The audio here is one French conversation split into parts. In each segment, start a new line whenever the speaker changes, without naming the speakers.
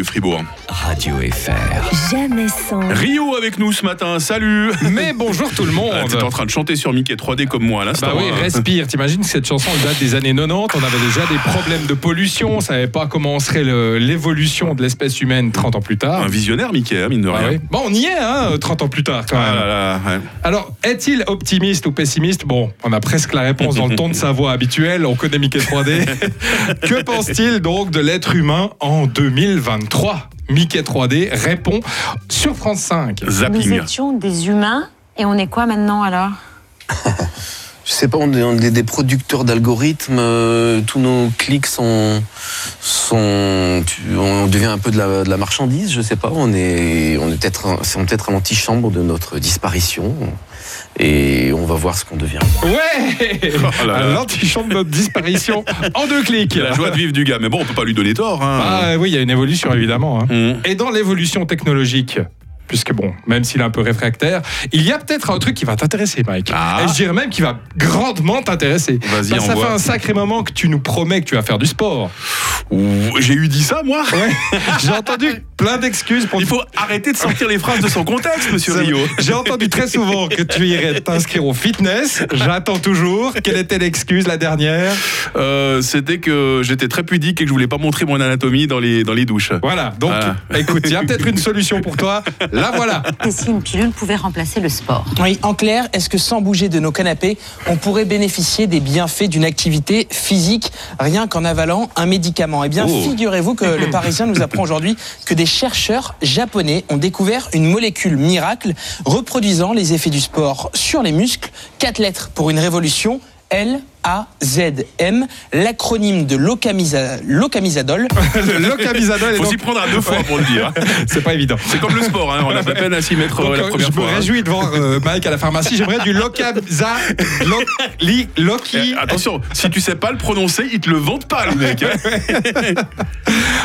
du Fribourg.
Radio FR.
Jamais sans.
Rio avec nous ce matin, salut
Mais bonjour tout le monde
Ah, T'es en train de chanter sur Mickey 3D comme moi hein. là,
Bah oui, respire. T'imagines que cette chanson elle date des années 90, on avait déjà des problèmes de pollution, on savait pas comment serait le- l'évolution de l'espèce humaine 30 ans plus tard.
Un visionnaire Mickey, hein, mine de
Bah
rien.
oui. Bon, on y est, hein, 30 ans plus tard quand
Ah
même.
là là, ouais.
Alors, est-il optimiste ou pessimiste Bon, on a presque la réponse dans le ton de sa voix habituelle, on connaît Mickey 3D. que pense-t-il donc de l'être humain en 2023 Mickey 3D répond sur France 5.
Zapping.
Nous étions des humains et on est quoi maintenant alors
Je sais pas, on est, on est des producteurs d'algorithmes, euh, tous nos clics sont. sont tu- on devient un peu de la, de la marchandise, je sais pas, on est, on est peut-être un- c'est peut-être à l'antichambre de notre disparition et on va voir ce qu'on devient.
Ouais
Oh là
À
là.
L'antichambre de notre disparition en deux clics.
La joie de vivre du gars, mais bon, on peut pas lui donner tort. Hein.
Ah oui, il y a une évolution évidemment. hein.
Mmh.
Et dans l'évolution technologique, puisque bon, même s'il est un peu réfractaire, il y a peut-être un truc qui va t'intéresser, Mike.
Ah.
Et je dirais même qui va grandement t'intéresser.
Vas-y,
Parce que ça
envoie.
fait un sacré moment que tu nous promets que tu vas faire du sport.
Ouh, J'ai eu dit ça moi
J'ai entendu plein d'excuses pour.
Il faut arrêter de sortir les phrases de son contexte, monsieur
C'est-
Rio.
J'ai entendu très souvent que tu irais t'inscrire au fitness. J'attends toujours. Quelle était l'excuse la dernière
Euh, C'était que j'étais très pudique et que je voulais pas montrer mon anatomie dans les, dans les douches.
Voilà. Donc,
Voilà.
écoute, il y a peut-être une solution pour toi. La voilà.
Et si une pilule pouvait remplacer le sport
Oui, en clair, est-ce que sans bouger de nos canapés, on pourrait bénéficier des bienfaits d'une activité physique rien qu'en avalant un médicament Eh bien,
Oh.
figurez-vous que le Parisien nous apprend aujourd'hui que des chercheurs japonais ont découvert une molécule miracle reproduisant les effets du sport sur les muscles. Quatre lettres pour une révolution. L A Z M, l'acronyme de l'ocamisa- l'ocamisadol.
Le locamisadol est
Faut
donc-
s'y prendre à deux fois pour le dire. hein.
C'est pas évident.
C'est comme le sport, hein, on a de la peine à s'y mettre
Donc,
euh, la
euh,
première
je
fois.
me
hein.
réjouis de voir euh, Mike à la pharmacie. J'aimerais du Locaza, Lo- Li- Loki.
Eh, Attention, si tu sais pas le prononcer, il te le vante pas, le mec. hein.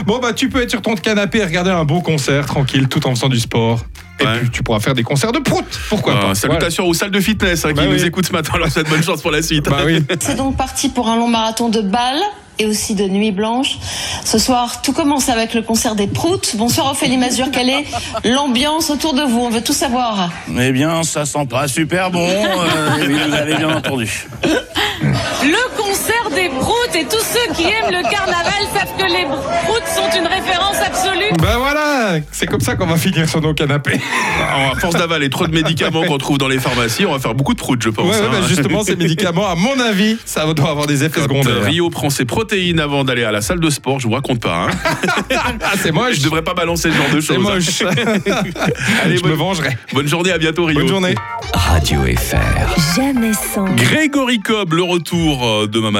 Bon, bah, tu peux être sur ton canapé et regarder un beau concert tranquille tout en faisant du sport. Et
Ouais.
puis, tu pourras faire des concerts de prout. Pourquoi
Ah,
pas
salutations aux salles de fitness hein, qui
Bah
nous
oui.
écoutent ce matin. Alors, souhaite bonne chance pour la suite.
Voilà. Bah oui.
C'est donc parti pour un long marathon de balles et aussi de nuit blanche. Ce soir, tout commence avec le concert des Proutes. Bonsoir Ophélie Mazur, quelle est l'ambiance autour de vous On veut tout savoir.
Eh bien, ça sent pas super bon, euh, oui, vous avez bien entendu.
Le concert des broutes et tous ceux qui aiment le carnaval savent que les broutes sont une référence absolue.
Bah voilà. C'est comme ça qu'on va finir sur nos canapés.
Alors, Ah, à force d'avaler trop de médicaments qu'on trouve dans les pharmacies, on va faire beaucoup de proutes, je pense.
ouais, ouais,
hein.
bah, justement, ces médicaments, à mon avis, ça doit avoir des effets
Quand, euh,
secondaires.
Rio prend ses protéines avant d'aller à la salle de sport, je vous raconte pas. hein.
Ah, c'est
Je
moche.
devrais pas balancer ce genre de
C'est
choses. hein.
moche.
Allez,
je
bonne-
me vengerai.
Bonne journée, à bientôt Rio.
Bonne journée.
Radio FR.
Jamais sans.
Grégory Cobb, le retour euh, demain matin.